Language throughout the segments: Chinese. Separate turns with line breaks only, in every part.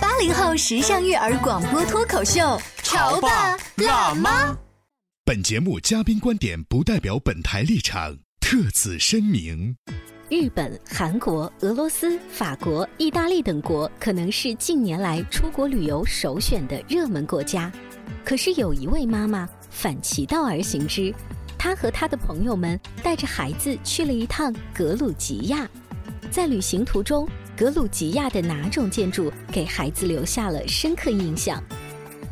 八零后时尚育儿广播脱口秀，潮爸辣妈。
妈。
本节目嘉宾观点不代表本台立场，特此声明。
日本、韩国、俄罗斯、法国、意大利等国可能是近年来出国旅游首选的热门国家。可是有一位妈妈反其道而行之，她和她的朋友们带着孩子去了一趟格鲁吉亚。在旅行途中，格鲁吉亚的哪种建筑给孩子留下了深刻印象？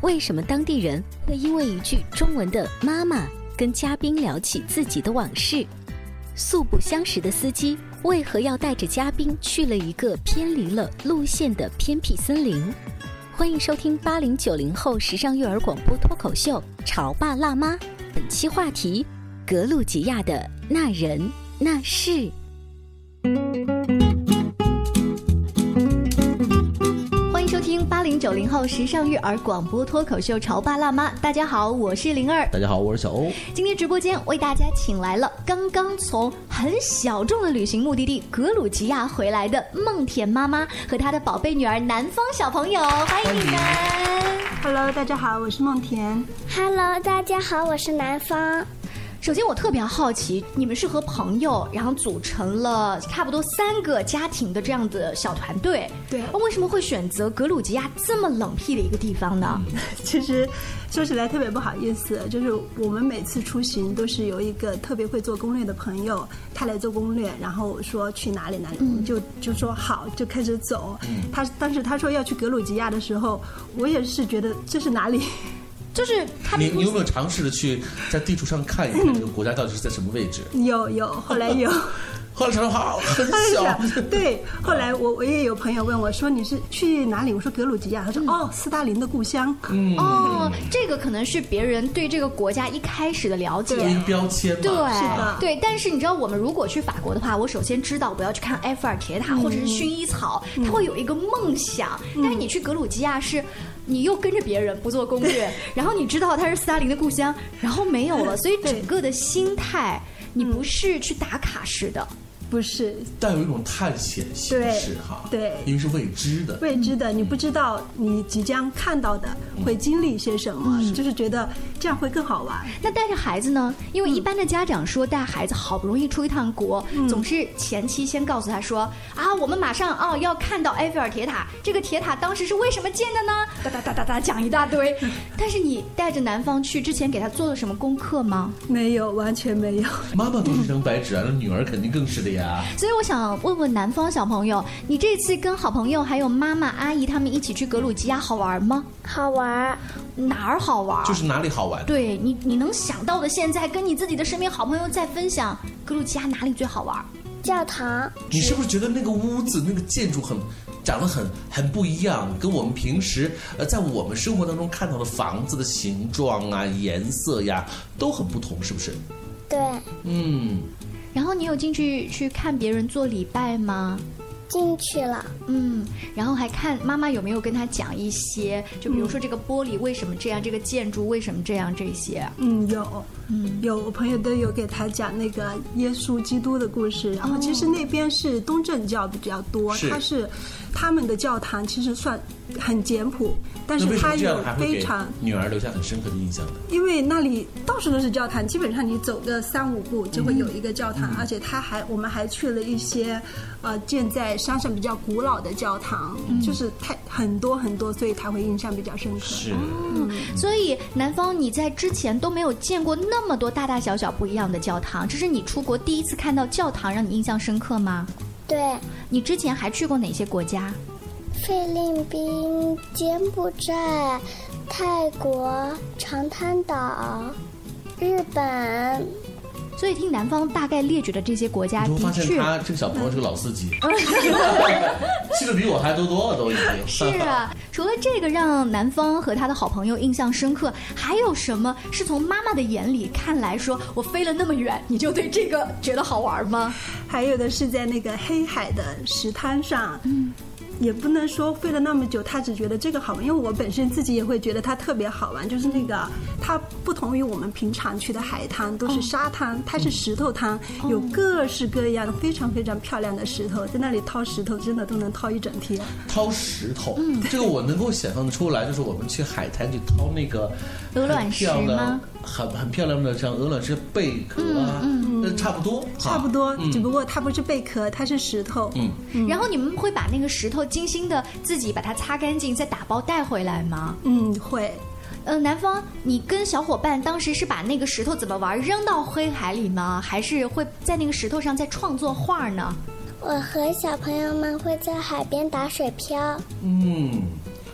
为什么当地人会因为一句中文的“妈妈”跟嘉宾聊起自己的往事？素不相识的司机为何要带着嘉宾去了一个偏离了路线的偏僻森林？欢迎收听八零九零后时尚育儿广播脱口秀《潮爸辣妈》，本期话题：格鲁吉亚的那人那事。
欢迎收听八零九零后时尚育儿广播脱口秀《潮爸辣妈》。大家好，我是灵儿。
大家好，我是小欧。
今天直播间为大家请来了刚刚从很小众的旅行目的地格鲁吉亚回来的梦甜妈妈和她的宝贝女儿南方小朋友，欢迎你们！
Hello，大家好，我是梦田。
，Hello，大家好，我是南方。
首先，我特别好奇，你们是和朋友然后组成了差不多三个家庭的这样的小团队，
对
那为什么会选择格鲁吉亚这么冷僻的一个地方呢？
其实说起来特别不好意思，就是我们每次出行都是有一个特别会做攻略的朋友，他来做攻略，然后我说去哪里哪里，我们就就说好，就开始走。他当时他说要去格鲁吉亚的时候，我也是觉得这是哪里？
就是他
你你有没有尝试着去在地图上看一看这个国家到底是在什么位置？
有有，后来有。啊
后来查查，好很小，
对，后来我我也有朋友问我说你是去哪里？我说格鲁吉亚，他说哦，斯大林的故乡。嗯，
哦，这个可能是别人对这个国家一开始的了解。
有一个标签嘛。
对，
的
对，但是你知道，我们如果去法国的话，我首先知道我要去看埃菲尔铁塔或者是薰衣草，它会有一个梦想。但是你去格鲁吉亚是，你又跟着别人不做攻略，然后你知道它是斯大林的故乡，然后没有了，所以整个的心态，你不是去打卡式的。
不是，
带有一种探险形式哈。
对对
因为是未知的。
未知的，你不知道你即将看到的会经历些什么，
嗯
就是觉得这样会更好玩。
那带着孩子呢？因为一般的家长说带孩子好不容易出一趟国，总是前期先告诉他说啊，我们马上哦要看到埃菲尔铁塔，这个铁塔当时是为什么建的呢？哒哒哒哒哒讲一大堆。但是你带着南方去之前，给他做了什么功课吗？
没有，完全没 有。
妈妈都是一张白纸啊，那女儿肯定更是的呀。
所以我想问问南方小朋友，你这次跟好朋友还有妈妈、阿姨他们一起去格鲁吉亚好玩吗？
好玩儿，
哪儿好玩？
就是哪里好玩？
对你，你能想到的，现在跟你自己的身边好朋友在分享格鲁吉亚哪里最好玩？
教堂
你是不是觉得那个屋子、那个建筑很长得很很不一样，跟我们平时呃在我们生活当中看到的房子的形状啊、颜色呀都很不同，是不是？
对，
嗯，
然后你有进去去看别人做礼拜吗？
进去了，
嗯，然后还看妈妈有没有跟他讲一些，就比如说这个玻璃为什么这样，这个建筑为什么这样，这些。
嗯，有，
嗯
有，我朋友都有给他讲那个耶稣基督的故事。然后其实那边是东正教比较多，
哦是
他是他们的教堂其实算很简朴，但
那
是
为什
他
么这
有
样还会
非
给
常。
女儿留下很深刻的印象呢？
因为那里到处都是教堂，基本上你走个三五步就会有一个教堂，而且它还我们还去了一些呃建在山上比较古老的教堂，就是太很多很多，所以才会印象比较深刻。
是，
哦嗯所以南方你在之前都没有见过那么多大大小小不一样的教堂，这是你出国第一次看到教堂，让你印象深刻吗？
对，
你之前还去过哪些国家？
菲律宾、柬埔寨、泰国、长滩岛、日本。
所以听南方大概列举的这些国家，
你
哎
会
的
发现
确嗯
他这个小朋友是个老司机， 去的比我还多多了，都已经
是啊。除了这个让南方和他的好朋友印象深刻，还有什么是从妈妈的眼里看来说，我飞了那么远，你就对这个觉得好玩吗？
还有的是在那个黑海的石滩上，嗯，也不能说飞了那么久，他只觉得这个好玩，因为我本身自己也会觉得它特别好玩，就是那个它不同于我们平常去的海滩，都是沙滩，它是石头滩，有各式各样的非常非常漂亮的石头，在那里掏石头真的都能掏一整天。
掏石头，
嗯
这个我能够想象得出来，就是我们去海滩去掏那个
鹅卵石
很漂亮
吗？
很很漂亮的像鹅卵石贝壳啊，
嗯
那差不多，
差不
哈
多，
嗯
只不过它不是贝壳，它是石头。
嗯，
然后你们会把那个石头精心的自己把它擦干净，再打包带回来吗？
嗯，会。
呃，南方，你跟小伙伴当时是把那个石头怎么玩扔到黑海里吗？还是会在那个石头上再创作画呢？
我和小朋友们会在海边打水漂。
嗯，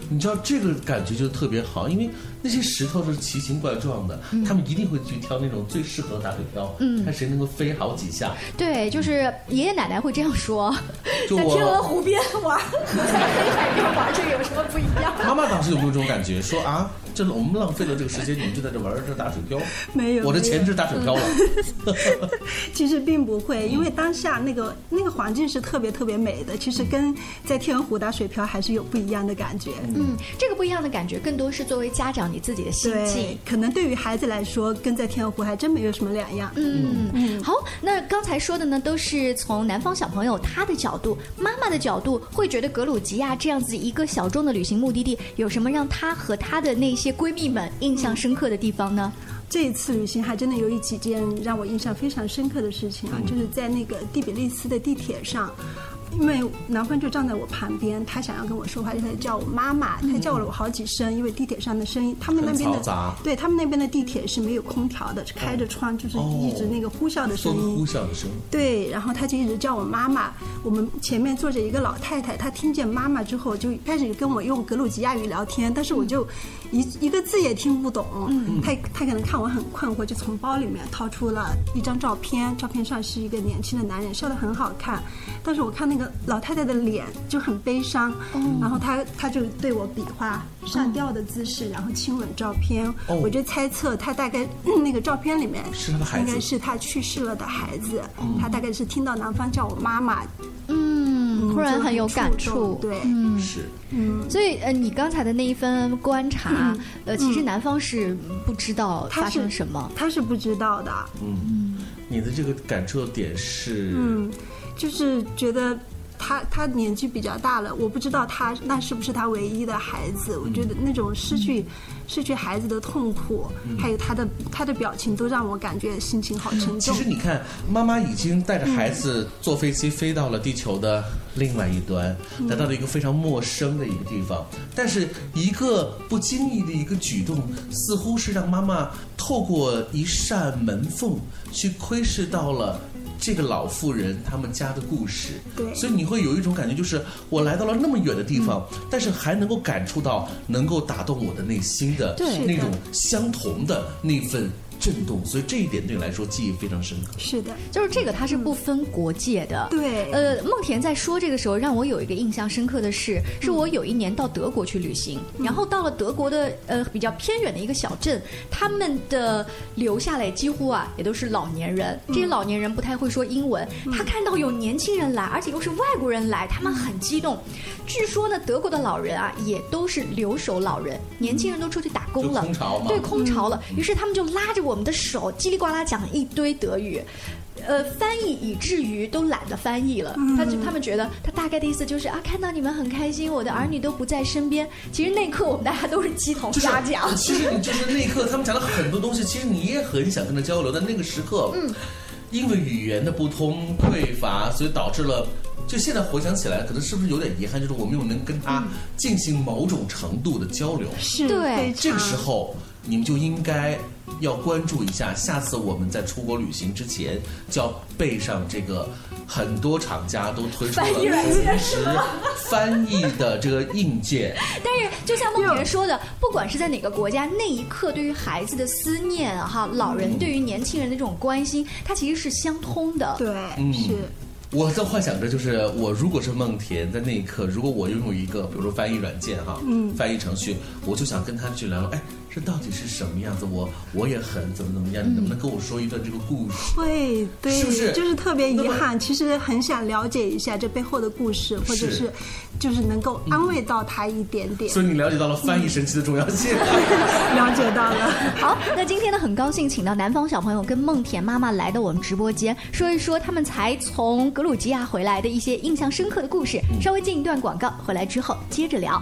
你知道这个感觉就特别好，因为那些石头是奇形怪状的，他们一定会去挑那种最适合打水漂，
嗯
看谁能够飞好 几下。
对，就是爷爷奶奶会这样说，
就
在天鹅
我
湖边玩，在黑海边玩，这有什么不一样？
妈妈当时有没有这种感觉？说啊，这我们浪费了这个时间，你们就在这玩儿这打水漂，
没有
我的
没有
钱是打水漂了。
其实并不会，因为当下那个那个环境是特别特别美的，其实跟在天鹅湖打水漂还是有不一样的感觉。
嗯，这个不一样的感觉，更多是作为家长你自己的心境
对。，可能对于孩子来说，跟在天鹅湖还真没有什么两样。
嗯，好，那刚才说的呢，都是从南方小朋友他的角度、妈妈的角度，会觉得格鲁吉亚这样子一个小众的旅行目的地，有什么让她和她的那些闺蜜们印象深刻的地方呢？
这一次旅行还真的有一几件让我印象非常深刻的事
嗯
情啊，就是在那个第比利斯的地铁上。因为男方就站在我旁边，他想要跟我说话，就开始叫我妈妈，他叫了我好几声，因为地铁上的声音，他们那边
很嘈杂
的，对他们那边的地铁是没有空调的，是开着窗，就是一直那个呼啸的声
风
音，
哦呼啸的声音，
对，然后他就一直叫我妈妈。我们前面坐着一个老太太，她听见妈妈之后就开始跟我用格鲁吉亚语聊天，但是我就
嗯
一、嗯一个字也听不懂。她她可能看我很困惑，就从包里面掏出了一张照片，照片上是一个年轻的男人，笑得很好看。但是我看那个老太太的脸就很悲伤，
哦
然后她她就对我比划上吊的姿势，然后亲吻照片。
哦
我就猜测她大概、嗯那个照片里面
是她的孩
应
子
该是他去世了的孩子，
嗯
他大概是听到男方叫我妈妈，
嗯，
嗯
忽然
就
很有感
触
触嗯
动。对，
是
所以呃，你刚才的那一番观察，呃，其实南方是不知道
嗯他
发
是
生什么。
他是不知道的，
你的这个感触点是，
嗯，就是觉得他他年纪比较大了，我不知道他那是不是他唯一的孩子。我觉
嗯
得那种失去、失去孩子的痛苦，还有他的他的表情，都让我感觉心情好沉
其
重
实。你看，妈妈已经带着孩子坐飞机飞到了地球的另外一端，来到了一个非常陌生的一个地方。但是一个不经意的一个举动，似乎是让妈妈透过一扇门缝去窥视到了。这个老妇人他们家的故事，
对
所以你会有一种感觉，就是我来到了那么远的地方，但是还能够感触到能够打动我的内心的
对
那
是的
种相同的那份震动，所以这一点对你来说记忆非常深刻。
是的，
就是这个，它是不分国界的。
嗯对
呃，梦田在说这个时候，让我有一个印象深刻的事，是我有一年到德国去旅行，然后到了德国的呃比较偏远的一个小镇，他们的留下来几乎啊也都是老年人，这些老年人不太会说英文，他看到有年轻人来，而且又是外国人来，他们很激动。据说呢，德国的老人啊也都是留守老人，年轻人都出去打工了，
就空巢嘛
对，空巢了。于是他们就拉着我们的手，叽里呱啦讲一堆德语。呃，翻译以至于都懒得翻译了。
嗯
他就他们觉得他大概的意思就是啊，看到你们很开心，我的儿女都不在身边。其实那一刻我们大家都是鸡同
就是
鸭讲，
其实你就是那一刻，他们讲了很多东西，其实你也很想跟他交流，但那个时刻，嗯，因为语言的不通匮乏，所以导致了。就现在回想起来，可能是不是有点遗憾？就是我没有能跟他
嗯
进行某种程度的交流。
是
对
非
这个
常
时候你们就应该要关注一下，下次我们在出国旅行之前，就要备上这个很多厂家都推出了
翻译软件
同时翻译的这个硬件。
但是，就像梦莲说的，不管是在哪个国家，那一刻对于孩子的思念啊哈，老
嗯
人对于年轻人的这种关心，它其实是相通的。
对，
嗯
是
我在幻想着，就是我如果是梦田，在那一刻，如果我拥有一个，比如说翻译软件哈，
嗯
翻译程序，我就想跟他去聊聊，哎，这到底是什么样子？我我也很怎么怎么样，你能不
嗯
能跟我说一段这个故事？
会，对，
是不是
就是特别
那
遗
么
憾。其实很想了解一下这背后的故事，或者
是
是就是能够安慰到他一点点，
所以你了解到了翻译神奇的重要性。
了解到了。
好，那今天呢，很高兴请到南方小朋友跟梦田妈妈来到我们直播间，说一说他们才从格鲁吉亚回来的一些印象深刻的故事。
嗯
稍微进一段广告，回来之后接着聊。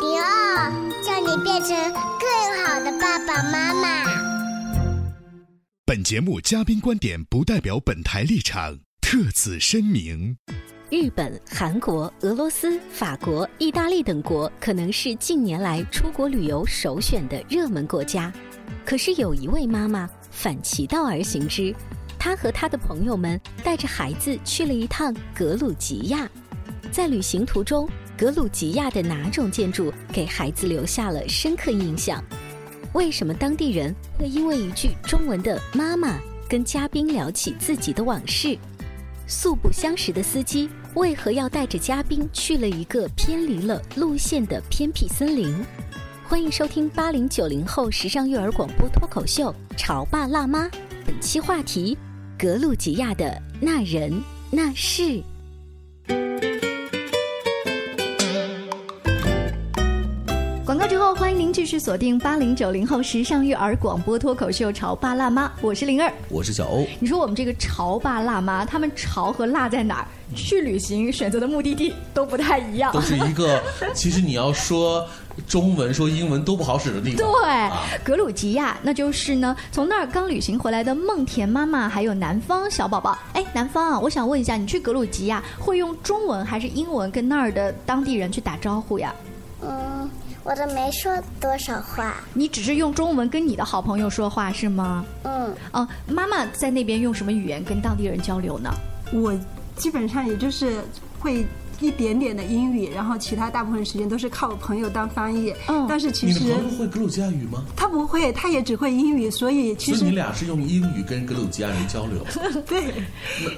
零二，叫你变成更好的爸爸妈妈。
本节目嘉宾观点不代表本台立场，特此声明。
日本、韩国、俄罗斯、法国、意大利等国可能是近年来出国旅游首选的热门国家。可是有一位妈妈反其道而行之，她和她的朋友们带着孩子去了一趟格鲁吉亚。在旅行途中，格鲁吉亚的哪种建筑给孩子留下了深刻印象？为什么当地人会因为一句中文的“妈妈”跟嘉宾聊起自己的往事？素不相识的司机为何要带着嘉宾去了一个偏离了路线的偏僻森林？欢迎收听八零九零后时尚育儿广播脱口秀《潮爸辣妈》，本期话题：格鲁吉亚的那人那事。
广告之后，欢迎您继续锁定八零九零后时尚育儿广播脱口秀《潮爸辣妈》，我是灵儿。
我是小欧，
你说我们这个潮爸辣妈，他们潮和辣在哪儿？去旅行选择的目的地都不太一样。
都是一个，其实你要说中文说英文都不好使的地方。啊
对，格鲁吉亚，那就是呢，从那儿刚旅行回来的梦田妈妈，还有南方小宝宝。哎，南方啊，我想问一下，你去格鲁吉亚会用中文还是英文跟那儿的当地人去打招呼呀？
嗯，我都没说多少话。
你只是用中文跟你的好朋友说话是吗？
嗯，
嗯，妈妈在那边用什么语言跟当地人交流呢？
我基本上也就是会。一点点的英语，然后其他大部分时间都是靠我朋友当翻译。嗯，但是其
你的朋
实
友会格鲁吉亚语吗？
他不会，他也只会英语，所以其
所以
实
你俩是用英语跟格鲁吉亚人交 流，
对，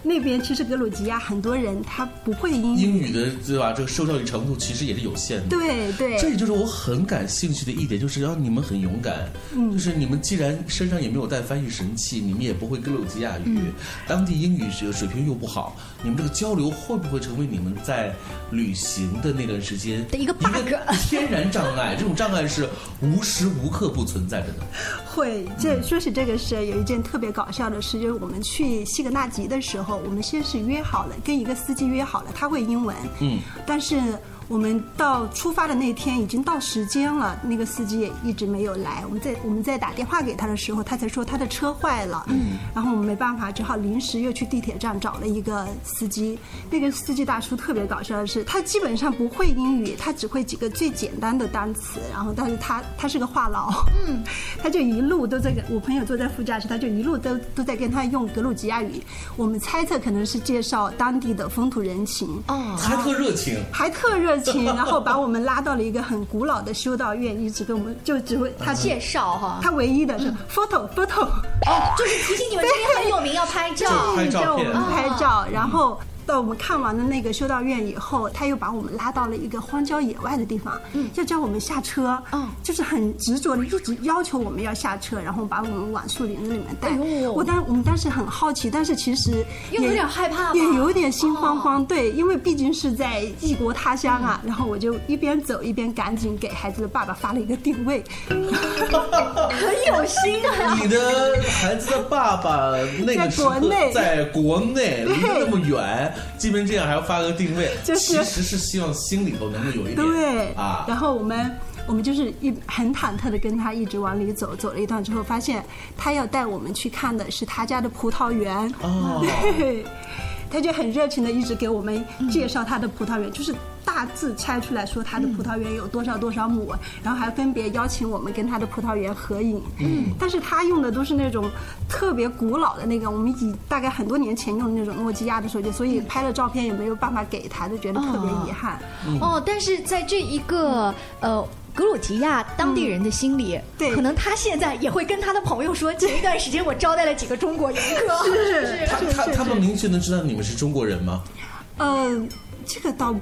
那边其实格鲁吉亚很多人他不会英语，
英语的对吧？这个受教育程度其实也是有限的。
对对，
这也就是我很感兴趣的一点，就是要你们很勇敢，
嗯
就是你们既然身上也没有带翻译神器，你们也不会格鲁吉亚语，
嗯
当地英语水水平又不好，你们这个交流会不会成为你们在旅行的那段时间
的一个 bug？
天然障碍？这种障碍是无时无刻不存在着的。
会，这说起这个事，有一件特别搞笑的事，就是我们去西格纳吉的时候，我们先是约好了，跟一个司机约好了，他会英文，
嗯，
但是我们到出发的那天已经到时间了，那个司机也一直没有来。我们在我们在打电话给他的时候，他才说他的车坏了。嗯，然后我们没办法，只好临时又去地铁站找了一个司机。那个司机大叔特别搞笑的是，他基本上不会英语，他只会几个最简单的单词。然后，但是他他是个话痨，嗯，他就一路都在跟我朋友坐在副驾驶，他就一路都都在跟他用格鲁吉亚语。我们猜测可能是介绍当地的风土人情。哦，
还特热情，
还特热情，然后把我们拉到了一个很古老的修道院，一直跟我们就只会他
介绍哈，
他唯一的是 photo photo，
哦，就是提醒你们这边很有名，要拍照，
拍照
哦我们拍
啊
照，然后。到我们看完了那个修道院以后，他又把我们拉到了一个荒郊野外的地方，
嗯
要叫我们下车，就是很执着的，一直要求我们要下车，然后把我们往树林子里面带。我当我们当时很好奇，但是其实
哎又
也
有点害怕吧哦
也有点心慌慌。对，因为毕竟是在异国他乡啊。
嗯
然后我就一边走一边赶紧给孩子的爸爸发了一个定位， 很
有心 啊
你的孩子的爸爸那个时候
在国内
在国内
对
离得那么远，即便这样还要发个定位，
就是
其实是希望心里头能够有一点
对
啊，
然后我们我们就是一很忐忑的跟他一直往里走，走了一段之后，发现他要带我们去看的是他家的葡萄园。
哦
对， 他就很热情的一直给我们介绍他的葡萄园，就是。大致拆出来说他的葡萄园有多少多少亩，然后还分别邀请我们跟他的葡萄园合影。
嗯
但是他用的都是那种特别古老的那个，我们以大概很多年前用的那种诺基亚的手机，所以
嗯
拍的照片也没有办法给他，就觉得特别遗憾。
哦，但是在这一个呃。格鲁吉亚当地人的心里，对，可能他现在也会跟他的朋友说，前一段时间我招待了几个中国游客，
是
他
是
他
是
他们明确能知道你们是中国人吗？
呃，这个倒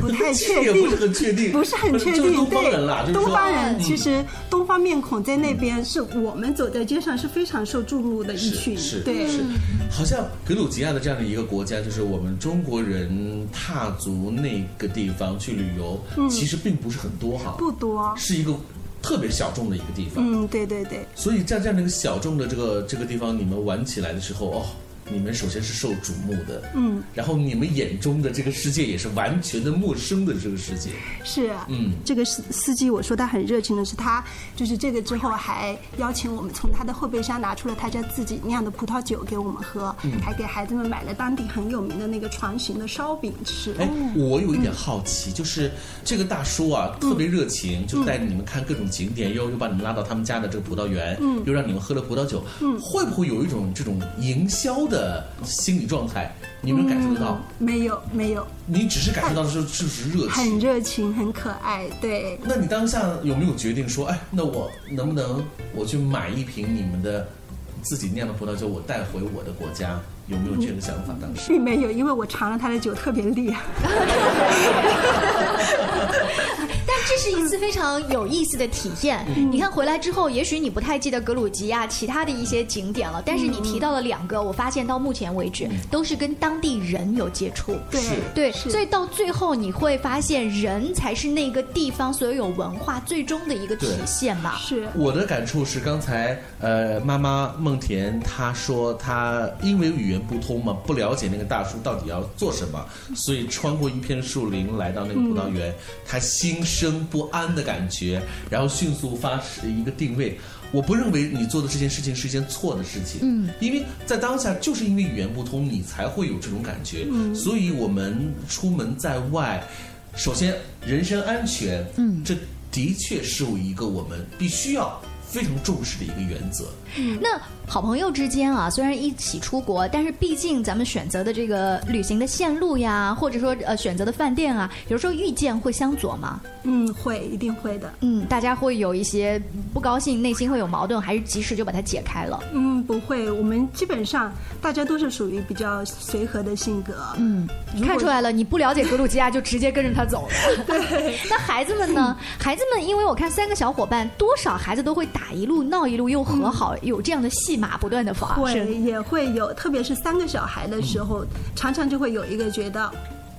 不太确
也
定，
不是很确定
不是很确定。
就是
对，
东方人啦就是说
东方人
嗯
其实东方面孔在那边是我们走在街上是非常受注目的一群，
是
对，
是，好像格鲁吉亚的这样的一个国家，就是我们中国人踏足那个地方去旅游，
嗯
其实并不是很多哈，
不多。
是一个特别小众的一个地方。
嗯，对对对，
所以在这样的一个小众的这个这个地方，你们玩起来的时候，哦，你们首先是受瞩目的，
嗯，
然后你们眼中的这个世界也是完全的陌生的这个世界，
是。
嗯，
这个司司机，我说他很热情的是他，就是这个之后还邀请我们从他的后备箱拿出了他家自己酿的葡萄酒给我们喝，
嗯
还给孩子们买了当地很有名的那个船形的烧饼吃。
哎，我有一点好奇，就是这个大叔啊，
嗯
特别热情，就带着你们看各种景点，又又把你们拉到他们家的这个葡萄园，
嗯
又让你们喝了葡萄酒，
嗯
会不会有一种这种营销的心理状态？你有没有感受得到？
嗯没有没有，
你只是感受到的是就是热情。
很热情，很可爱，对。
那你当下有没有决定说，哎，那我能不能我去买一瓶你们的自己酿的葡萄酒，我带回我的国家？有没有这个想法？当时？
并没有，因为我尝了他的酒特别 厉害。
但这是一次非常有意思的体验。
嗯
你看回来之后，也许你不太记得格鲁吉亚其他的一些景点了，但
嗯
是你提到了两个，我发现到目前为止都是跟当地人有接触。
对嗯是
对，所以到最后你会发现，人才是那个地方所有文化最终的一个体
对
现嘛。
是
我的感触是，刚才呃，妈妈梦田她说她因为语言不通嘛，不了解那个大叔到底要做什么，
嗯
所以穿过一片树林来到那个葡萄园，她心生不安的感觉，然后迅速发是一个定位。我不认为你做的这件事情是一件错的事情，
嗯
因为在当下就是因为语言不通，你才会有这种感觉，
嗯
所以我们出门在外，首先人身安全，
嗯
这的确是一个我们必须要非常重视的一个原则。
那好朋友之间啊，虽然一起出国，但是毕竟咱们选择的这个旅行的线路呀，或者说呃选择的饭店啊，有时候意见会相左嘛。
嗯，会，一定会的。
嗯，大家会有一些不高兴，内心会有矛盾，还是及时就把它解开了。
嗯，不会，我们基本上大家都是属于比较随和的性格。
嗯，看出来了，你不了解格鲁吉亚，就直接跟着他走了。
对，
那孩子们 呢？孩子们，因为我看三个小伙伴，多少孩子都会打一路闹一路，又和好，有这样的戏码不断的发
嗯会
生。
也会有，特别是三个小孩的时候，常常就会有一个觉得。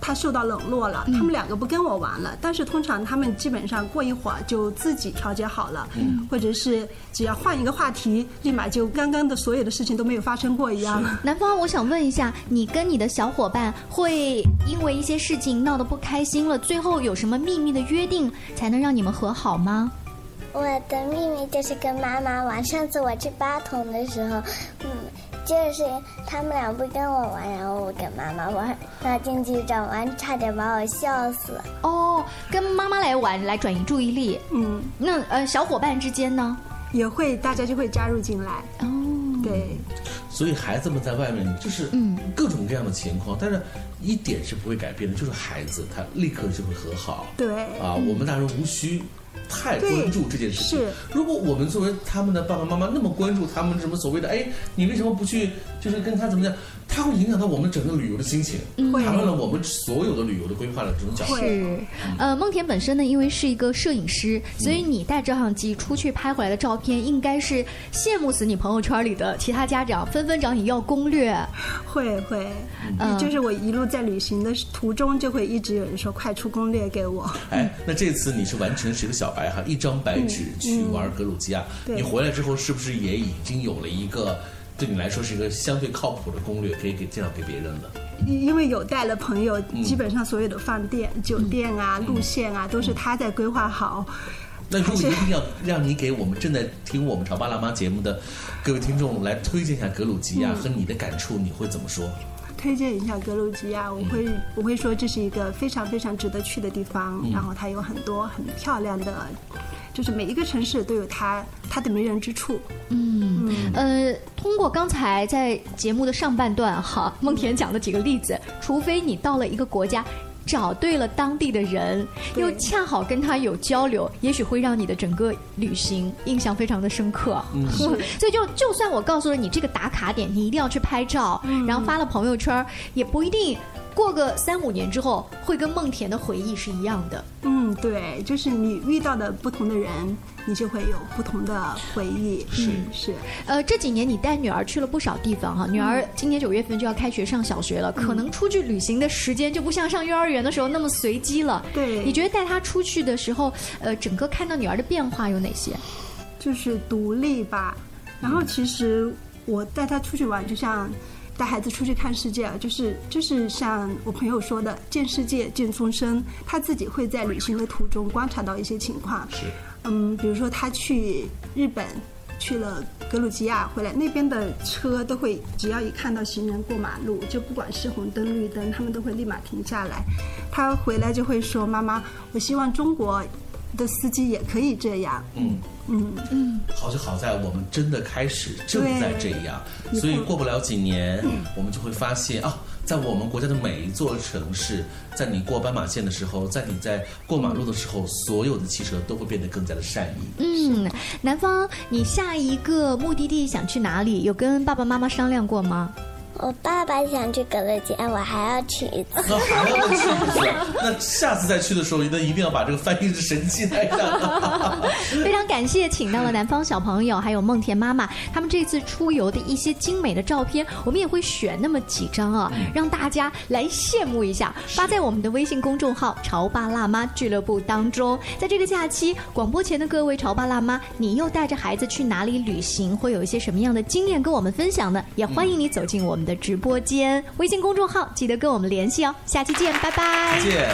他受到冷落了，他们两个不跟我玩了。但是通常他们基本上过一会儿就自己调节好了，
嗯
或者是只要换一个话题，立马就刚刚的所有的事情都没有发生过一样。
南方，我想问一下，你跟你的小伙伴会因为一些事情闹得不开心了，最后有什么秘密的约定才能让你们和好吗？
我的秘密就是跟妈妈玩。上次我去八筒的时候，嗯，就是他们俩不跟我玩，然后我跟妈妈玩，那进去转弯，差点把我笑死。
哦，跟妈妈来玩，来转移注意力。
嗯，
那呃，小伙伴之间呢？
也会，大家就会加入进来。
哦，
对，
所以孩子们在外面就是
嗯
各种各样的情况，但是一点是不会改变的，就是孩子他立刻就会和好。
对
啊，我们大人无需太关注这件事情
对是。
如果我们作为他们的爸爸妈妈那么关注他们什么所谓的，哎，你为什么不去，就是跟他怎么讲，他会影响到我们整个旅游的心情，
会
打乱了我们所有的旅游的规划的这种角度。
是，呃，梦田本身呢，因为是一个摄影师，所以你带照相机出去拍回来的照片，应该是羡慕死你朋友圈里的其他家长，纷纷找你要攻略。
会会
嗯，
就是我一路在旅行的途中，就会一直有人说快出攻略给我。
哎，那这次你是完全是一个小白哈，一张白纸
嗯
去
嗯
玩格鲁吉亚，
对
你回来之后是不是也已经有了一个对你来说是一个相对靠谱的攻略，可以给介绍给别人 的？
因因为有带了朋友，
嗯
基本上所有的饭店、酒店啊、路线啊，都是他在规划好。
那如果一定要让你给我们正在听我们《潮爸辣妈》节目的各位听众来推荐一下格鲁吉亚
嗯
和你的感触，你会怎么说？
推荐一下格鲁吉
嗯
亚，我会我会说这是一个非常非常值得去的地方，
嗯
然后它有很多很漂亮的，就是每一个城市都有它它的迷人之处。
嗯，呃，通过刚才在节目的上半段哈，梦田讲的几个例子，除非你到了一个国家。找对了当地的人，又恰好跟他有交流，也许会让你的整个旅行印象非常的深刻。
嗯是
所以就就算我告诉了你这个打卡点，你一定要去拍照，然后发了朋友圈，也不一定过个三五年之后会跟梦田的回忆是一样的。
嗯，对，就是你遇到的不同的人，你就会有不同的回忆。
是
嗯是，
呃，这几年你带女儿去了不少地方哈，女
嗯
儿今年九月份就要开学上小学了，可能出去旅行的时间就不像上幼儿园的时候那么随机了。
对
你觉得带她出去的时候，呃，整个看到女儿的变化有哪些？
就是独立吧。然后其实我带他出去玩，就像带孩子出去看世界，啊，就是就是像我朋友说的，见世界见风声，他自己会在旅行的途中观察到一些情况。
是，
嗯，比如说他去日本。去了格鲁吉亚回来，那边的车都会，只要一看到行人过马路，就不管是红灯绿灯，他们都会立马停下来。他回来就会说：“妈妈，我希望中国的司机也可以这样。
嗯，”
嗯嗯。
好就好在我们真的开始正在这样，
对
所以过不了几年，我们就会发现啊，在我们国家的每一座城市，在你过斑马线的时候，在你在过马路的时候，所有的汽车都会变得更加的善意。
嗯，南方，你下一个目的地想去哪里？有跟爸爸妈妈商量过吗？
我爸爸想去格勒吉亚，我还要去一次。
那还要再去一次， 那下次再去的时候，那一定要把这个翻译之神器带上。
非常感谢请到了南方小朋友，还有梦田妈妈，他们这次出游的一些精美的照片，我们也会选那么几张啊，让大家来羡慕一下，发在我们的微信公众号“潮爸辣妈俱乐部”当中。在这个假期，广播前的各位潮爸辣妈，你又带着孩子去哪里旅行，会有一些什么样的经验跟我们分享呢？也欢迎你走进我们的直播间，微信公众号记得跟我们联系哦。下期见，拜拜。
见。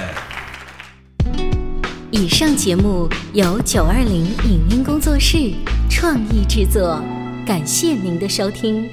以上节目由九二零影音工作室创意制作，感谢您的收听。